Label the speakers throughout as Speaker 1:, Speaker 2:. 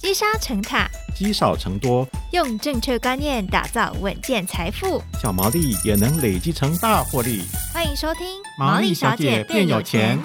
Speaker 1: 积沙成塔，
Speaker 2: 积少成多，
Speaker 1: 用正确观念打造稳健财富。
Speaker 2: 小毛利也能累积成大获利。
Speaker 1: 欢迎收听《
Speaker 2: 毛利小姐变有钱》。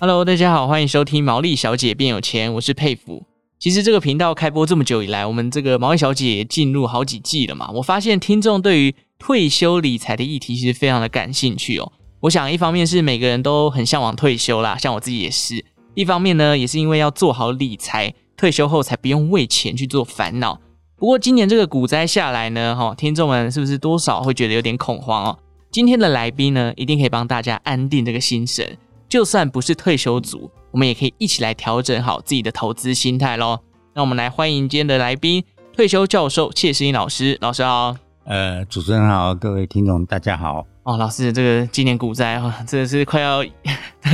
Speaker 3: Hello，大家好，欢迎收听《毛利小姐变有钱》，我是佩服。其实这个频道开播这么久以来，我们这个毛利小姐也进入好几季了嘛。我发现听众对于退休理财的议题其实非常的感兴趣哦。我想一方面是每个人都很向往退休啦，像我自己也是；一方面呢，也是因为要做好理财，退休后才不用为钱去做烦恼。不过今年这个股灾下来呢，哈、听众们是不是多少会觉得有点恐慌哦？今天的来宾呢，一定可以帮大家安定这个心神。就算不是退休族，我们也可以一起来调整好自己的投资心态喽。那我们来欢迎今天的来宾，退休教授谢世英老师，老师好。
Speaker 4: 呃，主持人好，各位听众大家好。
Speaker 3: 哦，老师，这个今年股灾啊、哦， 真的是快要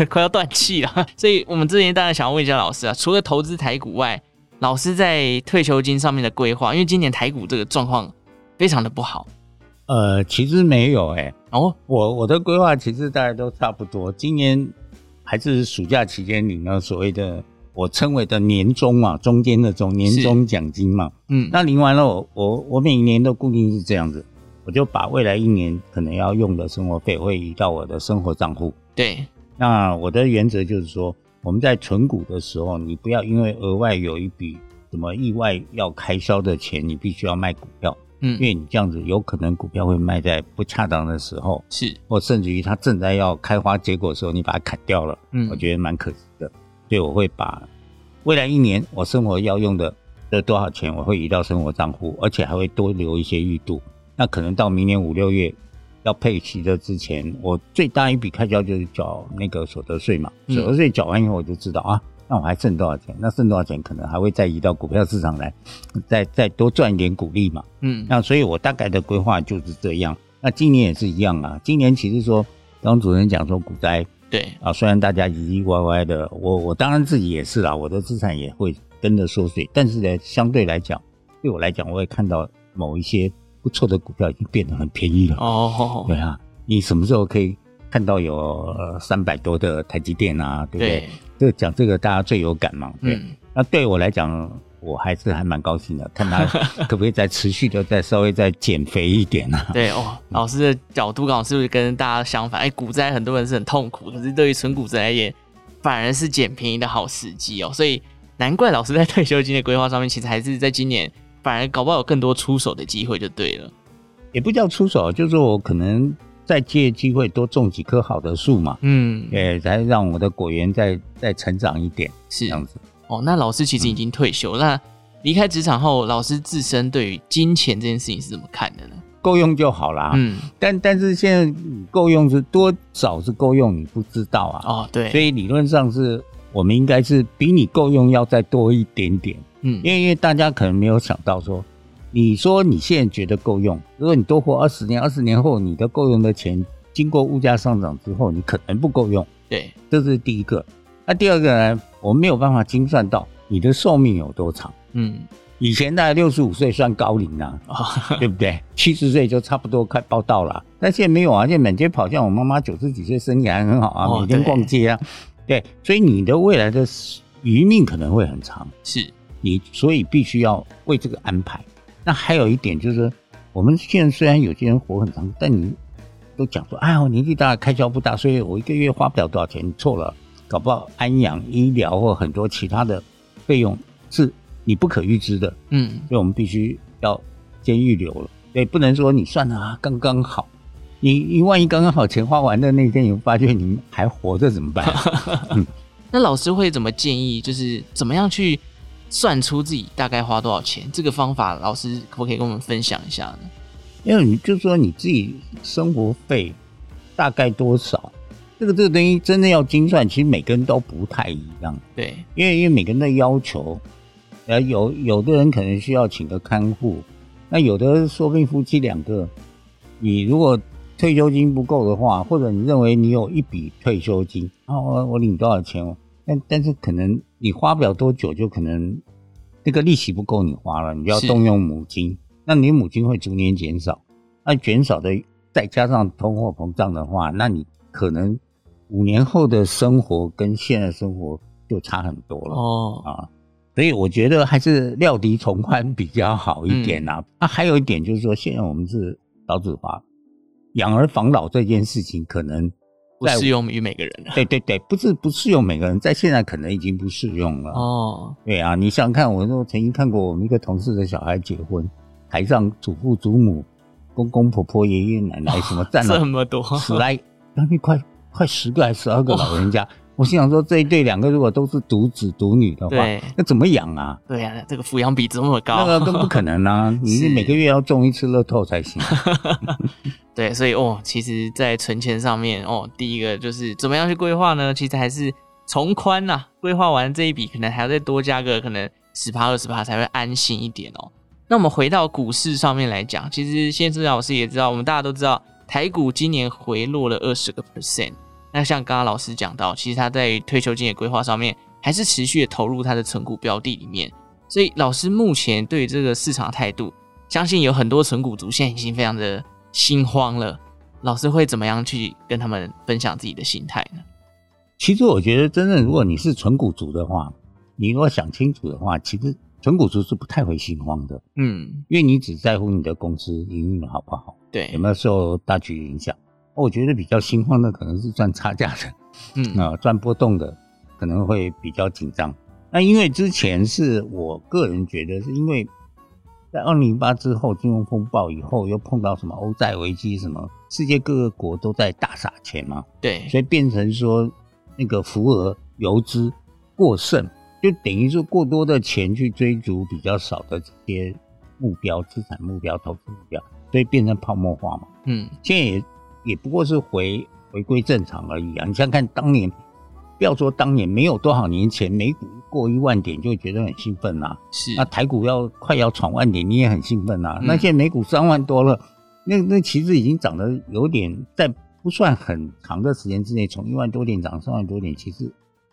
Speaker 3: 快要断气了。 所以我们之前当然想要问一下老师啊，除了投资台股外，老师在退休金上面的规划，因为今年台股这个状况非常的不好
Speaker 4: 呃，其实没有哎、
Speaker 3: 哦。
Speaker 4: 我我的规划其实大家都差不多。今年还是暑假期间领了所谓的我称为的年终嘛，中间的中年终奖金嘛。
Speaker 3: 嗯，
Speaker 4: 那领完了我，我我每年都固定是这样子，我就把未来一年可能要用的生活费会移到我的生活账户。
Speaker 3: 对，
Speaker 4: 那我的原则就是说，我们在存股的时候，你不要因为额外有一笔什么意外要开销的钱，你必须要卖股票，
Speaker 3: 嗯
Speaker 4: 因，为你这样子有可能股票会卖在不恰当的时候，
Speaker 3: 是，
Speaker 4: 或甚至于它正在要开花结果的时候，你把它砍掉了，
Speaker 3: 嗯
Speaker 4: 我觉得蛮可惜的。所以我会把未来一年我生活要用的的多少钱，我会移到生活账户，而且还会多留一些预度。那可能到明年五六月要配齐的之前，我最大一笔开销就是缴那个所得税嘛。
Speaker 3: 嗯
Speaker 4: 所得税缴完以后，我就知道啊，那我还剩多少钱？那剩多少钱，可能还会再移到股票市场来，再再多赚一点股利嘛。
Speaker 3: 嗯，
Speaker 4: 那所以我大概的规划就是这样。那今年也是一样啊，今年其实说，刚主持人讲说股灾
Speaker 3: 对，
Speaker 4: 啊，虽然大家唧唧歪歪的，我我当然自己也是啦，我的资产也会跟着缩水，但是呢，相对来讲，对我来讲，我也看到某一些不错的股票已经变得很便宜了。
Speaker 3: 哦，
Speaker 4: 对啊，你什么时候可以看到有呃三百多的台积电啊？对不对？
Speaker 3: 对，
Speaker 4: 这讲这个大家最有感嘛。对，
Speaker 3: 嗯，
Speaker 4: 那对我来讲，我还是还蛮高兴的， 看他可不可以再持续的再稍微再减肥一点啊。
Speaker 3: 对哦，老师的角度刚好是不是跟大家相反？哎，股灾很多人是很痛苦，可是对于纯股灾而言，反而是捡便宜的好时机哦。所以难怪老师在退休金的规划上面，其实还是在今年反而搞不好有更多出手的机会就对了。
Speaker 4: 也不叫出手，就是我可能再借机会多种几棵好的树嘛，
Speaker 3: 嗯，
Speaker 4: 也才让我的果园再再成长一点
Speaker 3: 是
Speaker 4: 这样子。
Speaker 3: 哦。那老师其实已经退休，那离开职场后，老师自身对于金钱这件事情是怎么看的呢？
Speaker 4: 够用就好啦，
Speaker 3: 嗯，
Speaker 4: 但但是现在你够用是多少是够用，你不知道啊，
Speaker 3: 哦，对，
Speaker 4: 所以理论上是我们应该是比你够用要再多一点点。
Speaker 3: 嗯，
Speaker 4: 因为因为大家可能没有想到说，你说你现在觉得够用，如果你多活二十年，二十年后你的够用的钱，经过物价上涨之后，你可能不够用，
Speaker 3: 嗯对，
Speaker 4: 这是第一个。那第二个呢，我们没有办法精算到你的寿命有多长。
Speaker 3: 嗯，
Speaker 4: 以前大概六十五岁算高龄啊，
Speaker 3: 哦，
Speaker 4: 对不对？七十岁就差不多快报到了，但现在没有啊，现在满街跑，像我妈妈九十几岁，身体还很好
Speaker 3: 哦
Speaker 4: 啊，每天
Speaker 3: 对
Speaker 4: 逛街啊，对，所以你的未来的余命可能会很长。
Speaker 3: 是，
Speaker 4: 你所以必须要为这个安排。那还有一点就是说，我们现在虽然有些人活很长，但你都讲说，哎呀，我年纪大，开销不大，所以我一个月花不了多少钱。你错了，搞不好安养、医疗或很多其他的费用是你不可预知的，
Speaker 3: 嗯，
Speaker 4: 所以我们必须要先预留了。对，不能说你算了啊，刚刚好。你你万一刚刚好钱花完的那天，你发现你还活着怎么办？
Speaker 3: 那老师会怎么建议？就是怎么样去算出自己大概花多少钱？这个方法，老师可不可以跟我们分享一下呢？
Speaker 4: 因为你就说你自己生活费大概多少，这个这个东西真的要精算，其实每个人都不太一样，
Speaker 3: 对，
Speaker 4: 因为因为每个人的要求，呃，有有的人可能需要请个看护，那有的说不定夫妻两个，你如果退休金不够的话，或者你认为你有一笔退休金，啊，我我领多少钱哦，但但是可能你花不了多久就可能那个利息不够你花了，你就要
Speaker 3: 是
Speaker 4: 动用母金，那你母金会逐年减少，那减少的再加上通货膨胀的话，那你可能五年后的生活跟现在生活就差很多了。
Speaker 3: 哦，
Speaker 4: 啊，所以我觉得还是料敌从宽比较好
Speaker 3: 嗯
Speaker 4: 一点啦、啊。那、还有一点就是说，现在我们是少子化，养儿防老这件事情可能
Speaker 3: 不适用于每个人
Speaker 4: 对对对，不是不适用每个人，在现在可能已经不适用了。
Speaker 3: 哦，
Speaker 4: 对啊，你想想看，我都曾经看过我们一个同事的小孩结婚，台上祖父祖母、公公婆婆、爷爷奶奶什么站
Speaker 3: 哦这
Speaker 4: 了
Speaker 3: 么多，
Speaker 4: 十来，将近快快十个还是十二个老人家。我心想说，这一对两个如果都是独子独女的话，
Speaker 3: 对
Speaker 4: 那怎么养啊？
Speaker 3: 对呀、这个抚养比这么高，
Speaker 4: 那个更不可 能啊！你
Speaker 3: 是
Speaker 4: 是每个月要中一次乐透才 行。
Speaker 3: 对，所以哦，其实，在存钱上面哦，第一个就是怎么样去规划呢？其实还是从宽呐、规划完这一笔，可能还要再多加个可能十趴二十趴才会安心一点哦。那我们回到股市上面来讲，其实先生老师也知道，我们大家都知道，台股今年回落了二十个 percent。那像刚刚老师讲到，其实他在退休金的规划上面，还是持续的投入他的存股标的里面。所以老师目前对这个市场的态度，相信有很多存股族现在已经非常的心慌了。老师会怎么样去跟他们分享自己的心态呢？
Speaker 4: 其实我觉得，真正如果你是纯股族的话，你如果想清楚的话，其实纯股族是不太会心慌的，
Speaker 3: 嗯，
Speaker 4: 因为你只在乎你的公司营运好不好，
Speaker 3: 对
Speaker 4: 有，没有受大局影响。我觉得比较心慌的可能是赚差价的。
Speaker 3: 嗯，
Speaker 4: 啊，赚波动的可能会比较紧张。那因为之前是我个人觉得，是因为在二零零八之后金融风暴以后，又碰到什么欧债危机，什么世界各个国都在大撒钱嘛，
Speaker 3: 对，
Speaker 4: 所以变成说那个浮额游资过剩，就等于说过多的钱去追逐比较少的这些目标、资产目标、投资目标，所以变成泡沫化嘛。
Speaker 3: 嗯，
Speaker 4: 现在也也不过是回回归正常而已啊。你想想看，当年不要说当年，没有多少年前，美股过一万点就会觉得很兴奋啦、啊
Speaker 3: 是，
Speaker 4: 那台股要快要闯万点，你也很兴奋啦、啊
Speaker 3: 嗯
Speaker 4: 那现在美股三万多了，那那其实已经涨得有点，在不算很长的时间之内，从一万多点涨三万多点，其实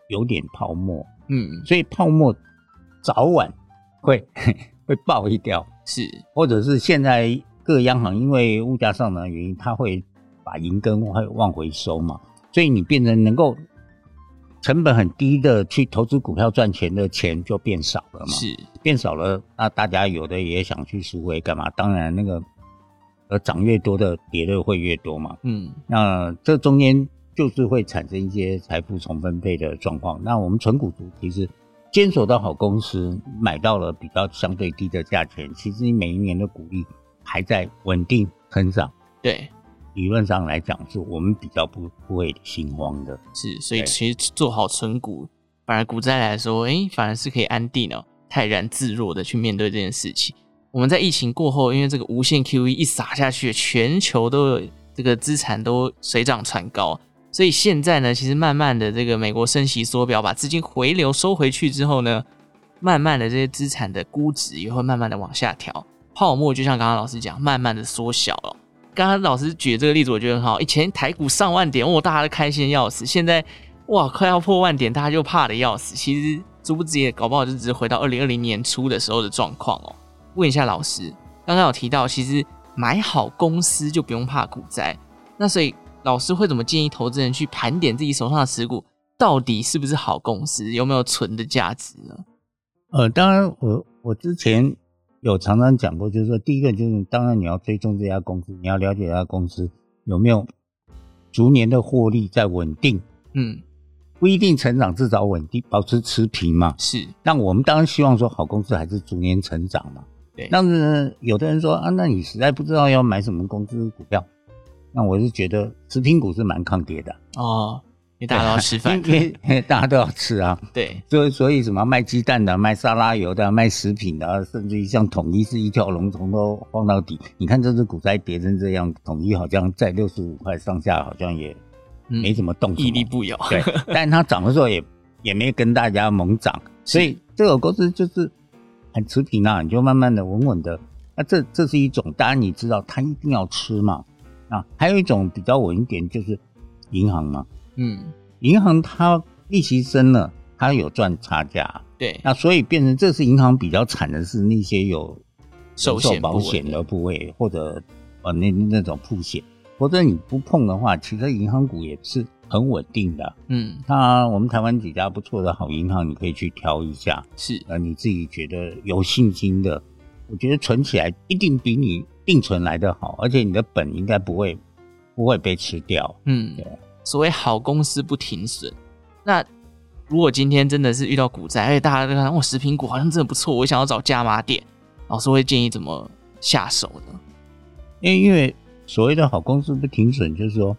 Speaker 4: 有点泡沫，
Speaker 3: 嗯，
Speaker 4: 所以泡沫早晚会 会爆一掉。
Speaker 3: 是，
Speaker 4: 或者是现在各央行因为物价上涨的原因，它会把银根会往回收嘛，所以你变成能够成本很低的去投资股票赚钱的钱就变少了嘛，
Speaker 3: 是，
Speaker 4: 变少了，那大家有的也想去赎回干嘛？当然那个呃涨越多的跌的会越多嘛，
Speaker 3: 嗯，
Speaker 4: 那这中间就是会产生一些财富重分配的状况。那我们纯股族其实坚守到好公司，买到了比较相对低的价钱，其实你每一年的股利还在稳定成长。
Speaker 3: 对，
Speaker 4: 理论上来讲，是我们比较不不会心慌的。
Speaker 3: 是，所以
Speaker 4: 对
Speaker 3: 其实做好存股，反而股灾来说，诶，反而是可以安定哦，泰然自若的去面对这件事情。我们在疫情过后，因为这个无限 QE 一撒下去，全球都有这个资产都水涨船高，所以现在呢，其实慢慢的这个美国升息缩表，把资金回流收回去之后呢，慢慢的这些资产的估值也会慢慢的往下调，泡沫就像刚刚老师讲，慢慢的缩小了。刚刚老师举的这个例子，我觉得很好。以前台股上万点，哇，大家都开心的要死。现在，哇，快要破万点，大家就怕的要死。其实，殊不知也搞不好就只是回到二零二零年初的时候的状况哦。问一下老师，刚刚有提到，其实买好公司就不用怕股灾。那所以，老师会怎么建议投资人去盘点自己手上的持股，到底是不是好公司，有没有存的价值呢？
Speaker 4: 呃，当然我，我之前有常常讲过，就是说，第一个就是，当然你要追踪这家公司，你要了解这家公司有没有逐年的获利在稳定，
Speaker 3: 嗯，
Speaker 4: 不一定成长，至少稳定，保持持平嘛。
Speaker 3: 是
Speaker 4: 那我们当然希望说好公司还是逐年成长嘛。
Speaker 3: 对
Speaker 4: 那么有的人说啊，那你实在不知道要买什么公司股票，那我是觉得食品股是蛮抗跌的，
Speaker 3: 哦，因为大家都要吃饭，
Speaker 4: 因为因为大家都要吃啊，
Speaker 3: 对，
Speaker 4: 所以所以什么卖鸡蛋的、卖沙拉油的、卖食品的啊，甚至于像统一是一条龙从头晃到底。你看这只股灾跌成这样，统一好像在六十五块上下，好像也
Speaker 3: 嗯
Speaker 4: 没怎么动什么，
Speaker 3: 屹立不摇，
Speaker 4: 对，但它涨的时候也也没跟大家猛涨，所以这个公司就是很持平啊，你就慢慢的稳稳的。那这这是一种，当然你知道它一定要吃嘛。啊，还有一种比较稳一点就是银行嘛，
Speaker 3: 嗯，
Speaker 4: 银行它利息升了，它有赚差价，
Speaker 3: 对，
Speaker 4: 那所以变成这是银行比较惨的是那些有
Speaker 3: 寿
Speaker 4: 人寿
Speaker 3: 险部
Speaker 4: 保
Speaker 3: 位
Speaker 4: 险的部位或者呃那那种铺险，或者你不碰的话，其实银行股也是很稳定的。
Speaker 3: 嗯，
Speaker 4: 那我们台湾几家不错的好银行，你可以去挑一下，
Speaker 3: 是，
Speaker 4: 呃，你自己觉得有信心的，我觉得存起来一定比你定存来的好，而且你的本应该不会不会被吃掉。
Speaker 3: 嗯
Speaker 4: 对，啊
Speaker 3: 所谓好公司不停损。那如果今天真的是遇到股灾，而且大家都看哦，食品股好像真的不错，我想要找加码点，老师会建议怎么下手呢？
Speaker 4: 因为因为所谓的好公司不停损，就是说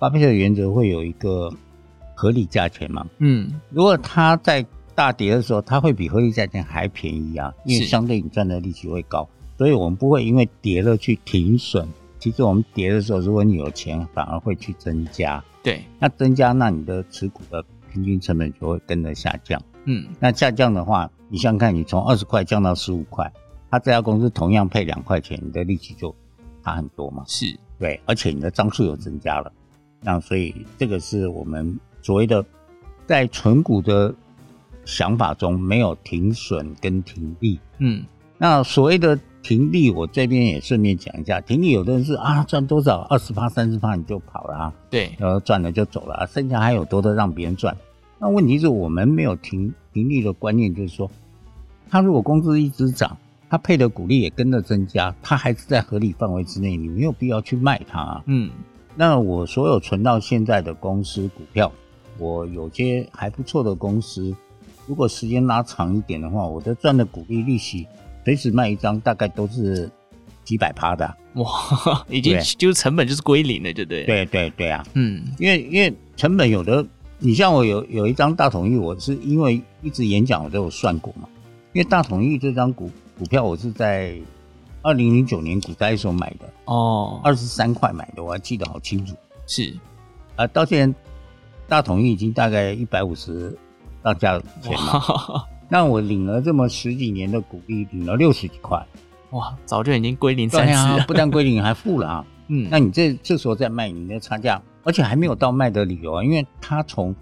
Speaker 4: 巴菲特原则会有一个合理价钱嘛。
Speaker 3: 嗯，
Speaker 4: 如果它在大跌的时候，它会比合理价钱还便宜啊，因为
Speaker 3: 是
Speaker 4: 相对你赚的利息会高，所以我们不会因为跌了去停损。其实我们跌的时候，如果你有钱，反而会去增加。
Speaker 3: 对，
Speaker 4: 那增加，那你的持股的平均成本就会跟着下降。
Speaker 3: 嗯
Speaker 4: 那下降的话，你想想看，你从二十块降到十五块，它这家公司同样配两块钱，你的利息就差很多嘛。
Speaker 3: 是，
Speaker 4: 对，而且你的张数有增加了，那所以这个是我们所谓的在存股的想法中没有停损跟停利。
Speaker 3: 嗯
Speaker 4: 那所谓的停利，我这边也顺便讲一下，停利有的人是啊赚多少二十趴三十趴你就跑了啊，
Speaker 3: 对，
Speaker 4: 然后赚了就走了啊，剩下还有多的让别人赚。啊那问题是我们没有停停利的观念，就是说，他如果工资一直涨，他配的股利也跟着增加，他还是在合理范围之内，你没有必要去卖它啊。
Speaker 3: 嗯
Speaker 4: 那我所有存到现在的公司股票，我有些还不错的公司，如果时间拉长一点的话，我的赚的股利利息，随时卖一张大概都是几百趴的啊。
Speaker 3: 哇， 已经
Speaker 4: 对
Speaker 3: 就是成本就是归零了，对不对？，
Speaker 4: 对对对啊，
Speaker 3: 嗯
Speaker 4: 因为因为成本有的，你像我有有一张大统一，我是因为一直演讲我都有算过嘛，因为大统一这张股股票我是在二零零九年股灾的时候买的，
Speaker 3: 哦，
Speaker 4: 二十三块买的，我还记得好清楚。
Speaker 3: 是
Speaker 4: 啊，到现在大统一已经大概一百五十到价钱了。
Speaker 3: 哇
Speaker 4: 那我领了这么十几年的股利，领了六十几块，
Speaker 3: 哇，早就已经归零三次
Speaker 4: 啊
Speaker 3: 了，
Speaker 4: 不但归零还付了啊。
Speaker 3: 嗯，
Speaker 4: 那你这这时候再卖，你的差价，而且还没有到卖的理由啊，因为它从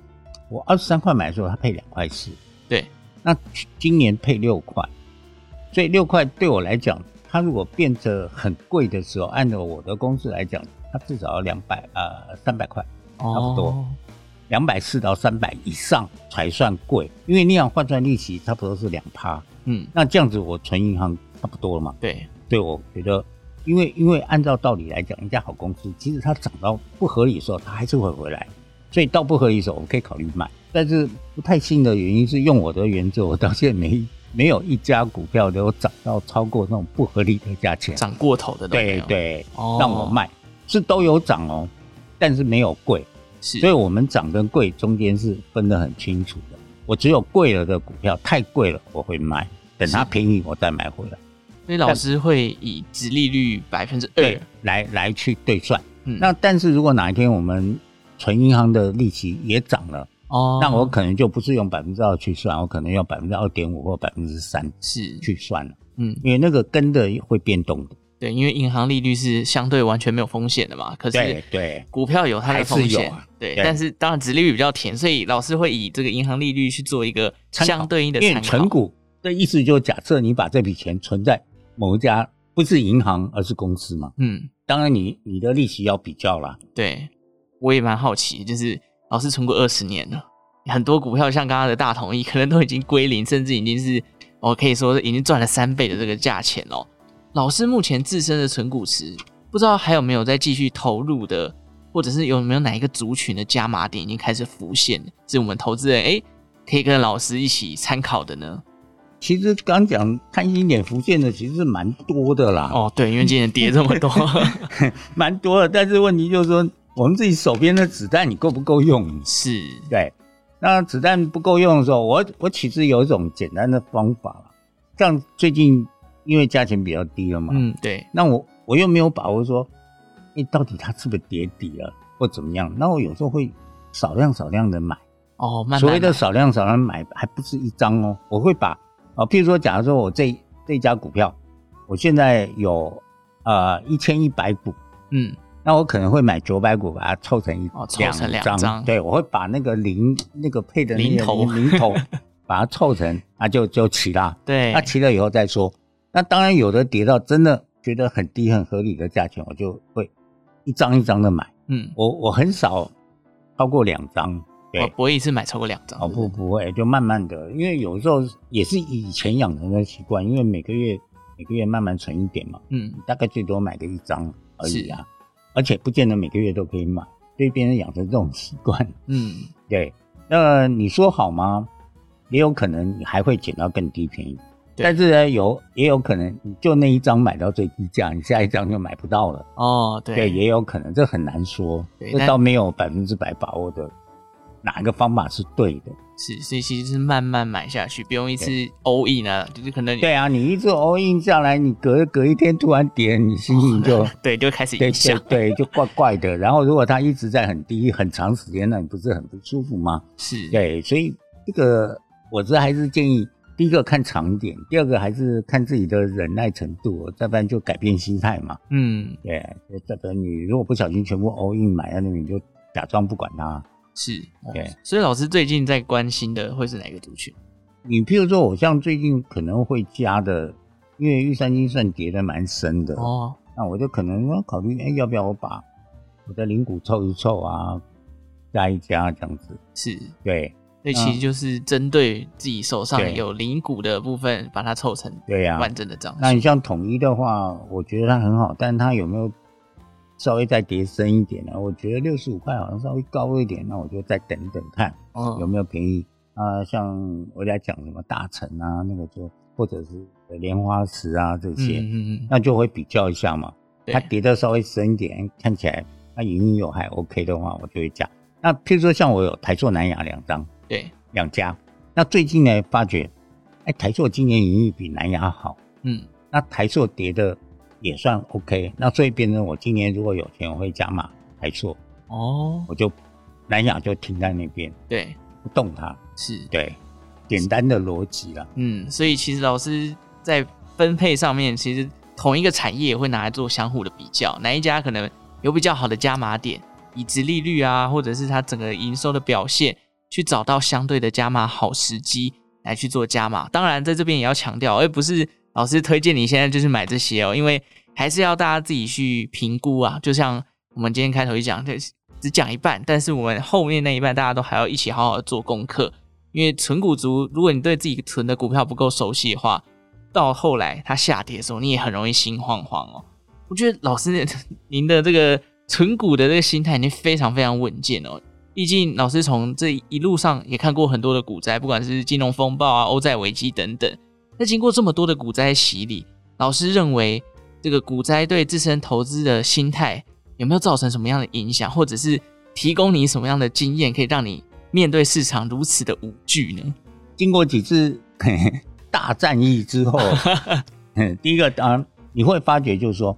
Speaker 4: 我二十三块买的时候，它配两块四，
Speaker 3: 对，
Speaker 4: 那今年配六块，所以六块对我来讲，它如果变得很贵的时候，按照我的工资来讲，它至少要两百呃三百块。差不多
Speaker 3: 哦，
Speaker 4: 两百四到三百以上才算贵，因为那样换算利息差不多是两趴。
Speaker 3: 嗯，
Speaker 4: 那这样子我存银行差不多了嘛？
Speaker 3: 对，
Speaker 4: 对，我觉得，因为因为按照道理来讲，一家好公司，即使它涨到不合理的时候，它还是会回来。所以到不合理的时候，我可以考虑买。但是不太信的原因是，用我的原则，我到现在没没有一家股票都涨到超过那种不合理的价钱。
Speaker 3: 涨过头的都没
Speaker 4: 对
Speaker 3: 有，
Speaker 4: 对，
Speaker 3: 哦
Speaker 4: 让我卖是都有涨哦，但是没有贵。
Speaker 3: 是，
Speaker 4: 所以我们涨跟贵中间是分得很清楚的。我只有贵了的股票太贵了，我会卖，等它便宜我再买回来。
Speaker 3: 所以老师会以殖利率百分之
Speaker 4: 对
Speaker 3: 二，，
Speaker 4: 来来去兑算。
Speaker 3: 嗯
Speaker 4: 那但是如果哪一天我们存银行的利息也涨了，
Speaker 3: 哦，
Speaker 4: 那我可能就不是用百分之二去算，我可能用百分之二点五或百分之三
Speaker 3: 是
Speaker 4: 去算了，
Speaker 3: 嗯，
Speaker 4: 因为那个跟的会变动的。
Speaker 3: 对，因为银行利率是相对完全没有风险的嘛，可
Speaker 4: 对
Speaker 3: 是
Speaker 4: 对
Speaker 3: 股票有它的风
Speaker 4: 还是
Speaker 3: 险
Speaker 4: 有啊，
Speaker 3: 对，
Speaker 4: 对
Speaker 3: 但是当然殖利率比较甜，所以老师会以这个银行利率去做一个
Speaker 4: 参考
Speaker 3: 相对应的
Speaker 4: 因为
Speaker 3: 参
Speaker 4: 存
Speaker 3: 考。
Speaker 4: 股的意思就是假设你把这笔钱存在某一家不是银行而是公司嘛，
Speaker 3: 嗯，
Speaker 4: 当然你你的利息要比较啦。
Speaker 3: 对，我也蛮好奇，就是老师存过二十年了，很多股票像刚刚的大同一，可能都已经归零，甚至已经是哦，可以说是已经赚了三倍的这个价钱哦。老师目前自身的存股池，不知道还有没有再继续投入的，或者是有没有哪一个族群的加码点已经开始浮现，是我们投资人哎可以跟老师一起参考的呢？
Speaker 4: 其实刚讲贪心点浮现的其实是蛮多的啦，
Speaker 3: 哦，对，因为今年跌这么多，
Speaker 4: 蛮多的。但是问题就是说，我们自己手边的子弹你够不够用？
Speaker 3: 是，
Speaker 4: 对，那子弹不够用的时候，我我其实有一种简单的方法啦。像最近因为价钱比较低了嘛，
Speaker 3: 嗯，对，
Speaker 4: 那我我又没有把握说，哎，到底它是不是跌底了或怎么样？那我有时候会少量少量的买。
Speaker 3: 哦，慢慢
Speaker 4: 所谓的
Speaker 3: 来
Speaker 4: 少量少量买，还不是一张哦。我会把啊，譬如说，假如说我这这家股票，我现在有呃一千一百股，
Speaker 3: 嗯，
Speaker 4: 那我可能会买九百股，把它凑成一
Speaker 3: 哦凑成两张
Speaker 4: 对，我会把那个零那个配的那个
Speaker 3: 零头
Speaker 4: 零 头把它凑成，啊就就齐啦。
Speaker 3: 对
Speaker 4: 那，齐了以后再说。那当然有的跌到真的觉得很低很合理的价钱，我就会一张一张的买。
Speaker 3: 嗯，
Speaker 4: 我我很少超过两张。对，
Speaker 3: 哦不会一次买超过两张。
Speaker 4: 哦，不，不会，就慢慢的，因为有时候也是以前养成的习惯，因为每个月每个月慢慢存一点嘛，
Speaker 3: 嗯，
Speaker 4: 大概最多买个一张而已啊，而且不见得每个月都可以买，所以变成养成这种习惯。
Speaker 3: 嗯，
Speaker 4: 对，那你说好吗？也有可能你还会捡到更低便宜，
Speaker 3: 对
Speaker 4: 但是呢，有也有可能你就那一张买到最低价，你下一张就买不到了。
Speaker 3: 哦，对，
Speaker 4: 对，也有可能，这很难说，
Speaker 3: 对
Speaker 4: 这
Speaker 3: 但
Speaker 4: 倒没有百分之百把握的哪一个方法是对的。
Speaker 3: 是，所以其实是慢慢买下去，不用一次 all in 啊，就是可能
Speaker 4: 对啊，你一直 all in 下来，你隔隔一天突然跌，你心情就
Speaker 3: 对，就会开始
Speaker 4: 对
Speaker 3: 影
Speaker 4: 对
Speaker 3: 响，
Speaker 4: 对，就怪怪的。然后如果它一直在很低很长时间，那你不是很不舒服吗？
Speaker 3: 是，
Speaker 4: 对，所以这个我这还是建议，第一个看长一点，第二个还是看自己的忍耐程度，再不然就改变心态嘛。
Speaker 3: 嗯，
Speaker 4: 对，就代表你如果不小心全部 all in 买在那里，你就假装不管它。
Speaker 3: 是，哦
Speaker 4: 对
Speaker 3: 所以老师最近在关心的会是哪个族群？
Speaker 4: 你譬如说，我像最近可能会加的，因为玉山金算跌的蛮深的，
Speaker 3: 哦，
Speaker 4: 那我就可能要考虑，哎，要不要我把我的灵骨凑一凑啊，加一加这样子。
Speaker 3: 是，
Speaker 4: 对
Speaker 3: 所以其实就是针对自己手上
Speaker 4: 嗯对
Speaker 3: 有灵骨的部分，把它凑成
Speaker 4: 对呀、
Speaker 3: 完整的张
Speaker 4: 那
Speaker 3: 数。
Speaker 4: 你像统一的话，我觉得它很好，但它有没有稍微再跌深一点呢、我觉得六十五块好像稍微高一点，那我就再等等看有
Speaker 3: 嗯，
Speaker 4: 没有便宜。啊、像我在讲什么大成啊，那个就或者是莲花石啊这些，
Speaker 3: 嗯嗯嗯，
Speaker 4: 那就会比较一下嘛。
Speaker 3: 对
Speaker 4: 它跌的稍微深一点，看起来它隐隐有还 OK 的话，我就会加。那譬如说像我有台塑南亚两张
Speaker 3: 对，
Speaker 4: 两家，那最近呢发觉，哎，台塑今年盈利比南亚好，
Speaker 3: 嗯，
Speaker 4: 那台塑跌的也算 OK，那所以变成我今年如果有钱，我会加码台塑，
Speaker 3: 哦，
Speaker 4: 我就南亚就停在那边
Speaker 3: 对，
Speaker 4: 不动它，
Speaker 3: 是，
Speaker 4: 对，简单的逻辑啦。
Speaker 3: 嗯，所以其实老师在分配上面，其实同一个产业会拿来做相互的比较，哪一家可能有比较好的加码点，以值利率啊，或者是它整个营收的表现，去找到相对的加码好时机来去做加码。当然，在这边也要强调，而不是老师推荐你现在就是买这些哦，因为还是要大家自己去评估啊。就像我们今天开头一讲，就是只讲一半，但是我们后面那一半大家都还要一起好好的做功课。因为存股族，如果你对自己存的股票不够熟悉的话，到后来它下跌的时候，你也很容易心慌慌哦。我觉得老师 您的这个存股的这个心态已经非常非常稳健哦。毕竟老师从这一路上也看过很多的股灾，不管是金融风暴啊、欧债危机等等。那经过这么多的股灾洗礼，老师认为这个股灾对自身投资的心态有没有造成什么样的影响，或者是提供你什么样的经验，可以让你面对市场如此的无惧呢？
Speaker 4: 经过几次嘿嘿大战役之后，嘿第一个当然你会发觉就是说，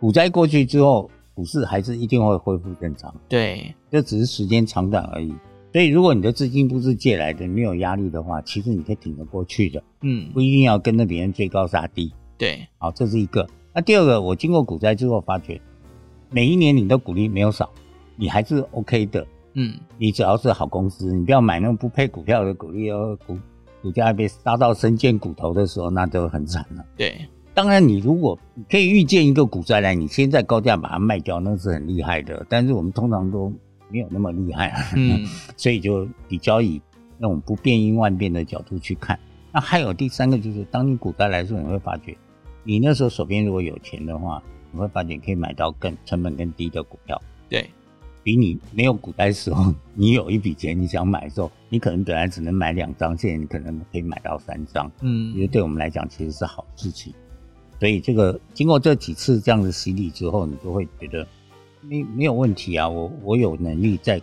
Speaker 4: 股灾过去之后，股市还是一定会恢复正常。
Speaker 3: 对，
Speaker 4: 这只是时间长短而已。所以，如果你的资金不是借来的，没有压力的话，其实你可以挺得过去的，
Speaker 3: 嗯
Speaker 4: 不，一定要跟着别人追高杀低。
Speaker 3: 对，
Speaker 4: 好，这是一个。那第二个，我经过股灾之后发觉，每一年你的股利没有少，你还是 OK 的。
Speaker 3: 嗯，
Speaker 4: 你只要是好公司，你不要买那种不配股票的股利哦，股股价被杀到身见骨头的时候，那就很惨了。
Speaker 3: 对，
Speaker 4: 当然，你如果你可以预见一个股灾来，你先在高价把它卖掉，那是很厉害的。但是我们通常都没有那么厉害、啊。
Speaker 3: 嗯，
Speaker 4: 所以就比较以那种不变应万变的角度去看。那还有第三个就是，当你股灾来的时候，你会发觉，你那时候手边如果有钱的话，你会发觉你可以买到更成本更低的股票，
Speaker 3: 对，
Speaker 4: 比你没有股灾的时候，你有一笔钱你想买的时候，你可能本来只能买两张，现在你可能可以买到三张，我觉得
Speaker 3: 嗯，
Speaker 4: 对我们来讲其实是好事情。所以这个经过这几次这样的洗礼之后，你就会觉得没没有问题啊，我我有能力在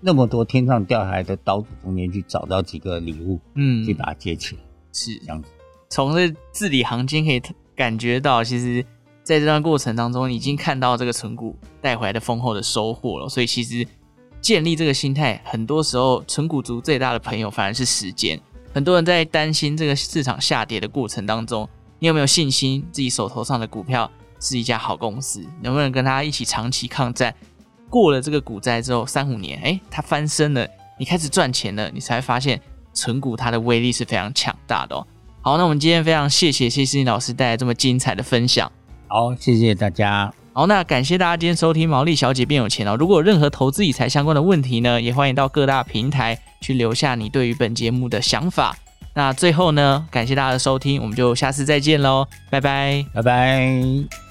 Speaker 4: 那么多天上掉下来的刀子中间去找到几个礼物，
Speaker 3: 嗯
Speaker 4: 去把它接起来，
Speaker 3: 是
Speaker 4: 这。样子。
Speaker 3: 从这字里行间可以感觉到，其实在这段过程当中，已经看到这个存股带回来的丰厚的收获了。所以其实建立这个心态，很多时候存股族最大的朋友反而是时间。很多人在担心这个市场下跌的过程当中，你有没有信心自己手头上的股票是一家好公司？能不能跟它一起长期抗战？过了这个股灾之后，三五年，哎，它翻身了，你开始赚钱了，你才发现存股它的威力是非常强大的哦。好，那我们今天非常谢谢谢思颖老师带来这么精彩的分享。
Speaker 4: 好，谢谢大家。
Speaker 3: 好，那感谢大家今天收听《毛利小姐变有钱》哦。如果有任何投资理财相关的问题呢，也欢迎到各大平台去留下你对于本节目的想法。那最后呢，感谢大家的收听，我们就下次再见喽，拜拜。
Speaker 4: 拜拜。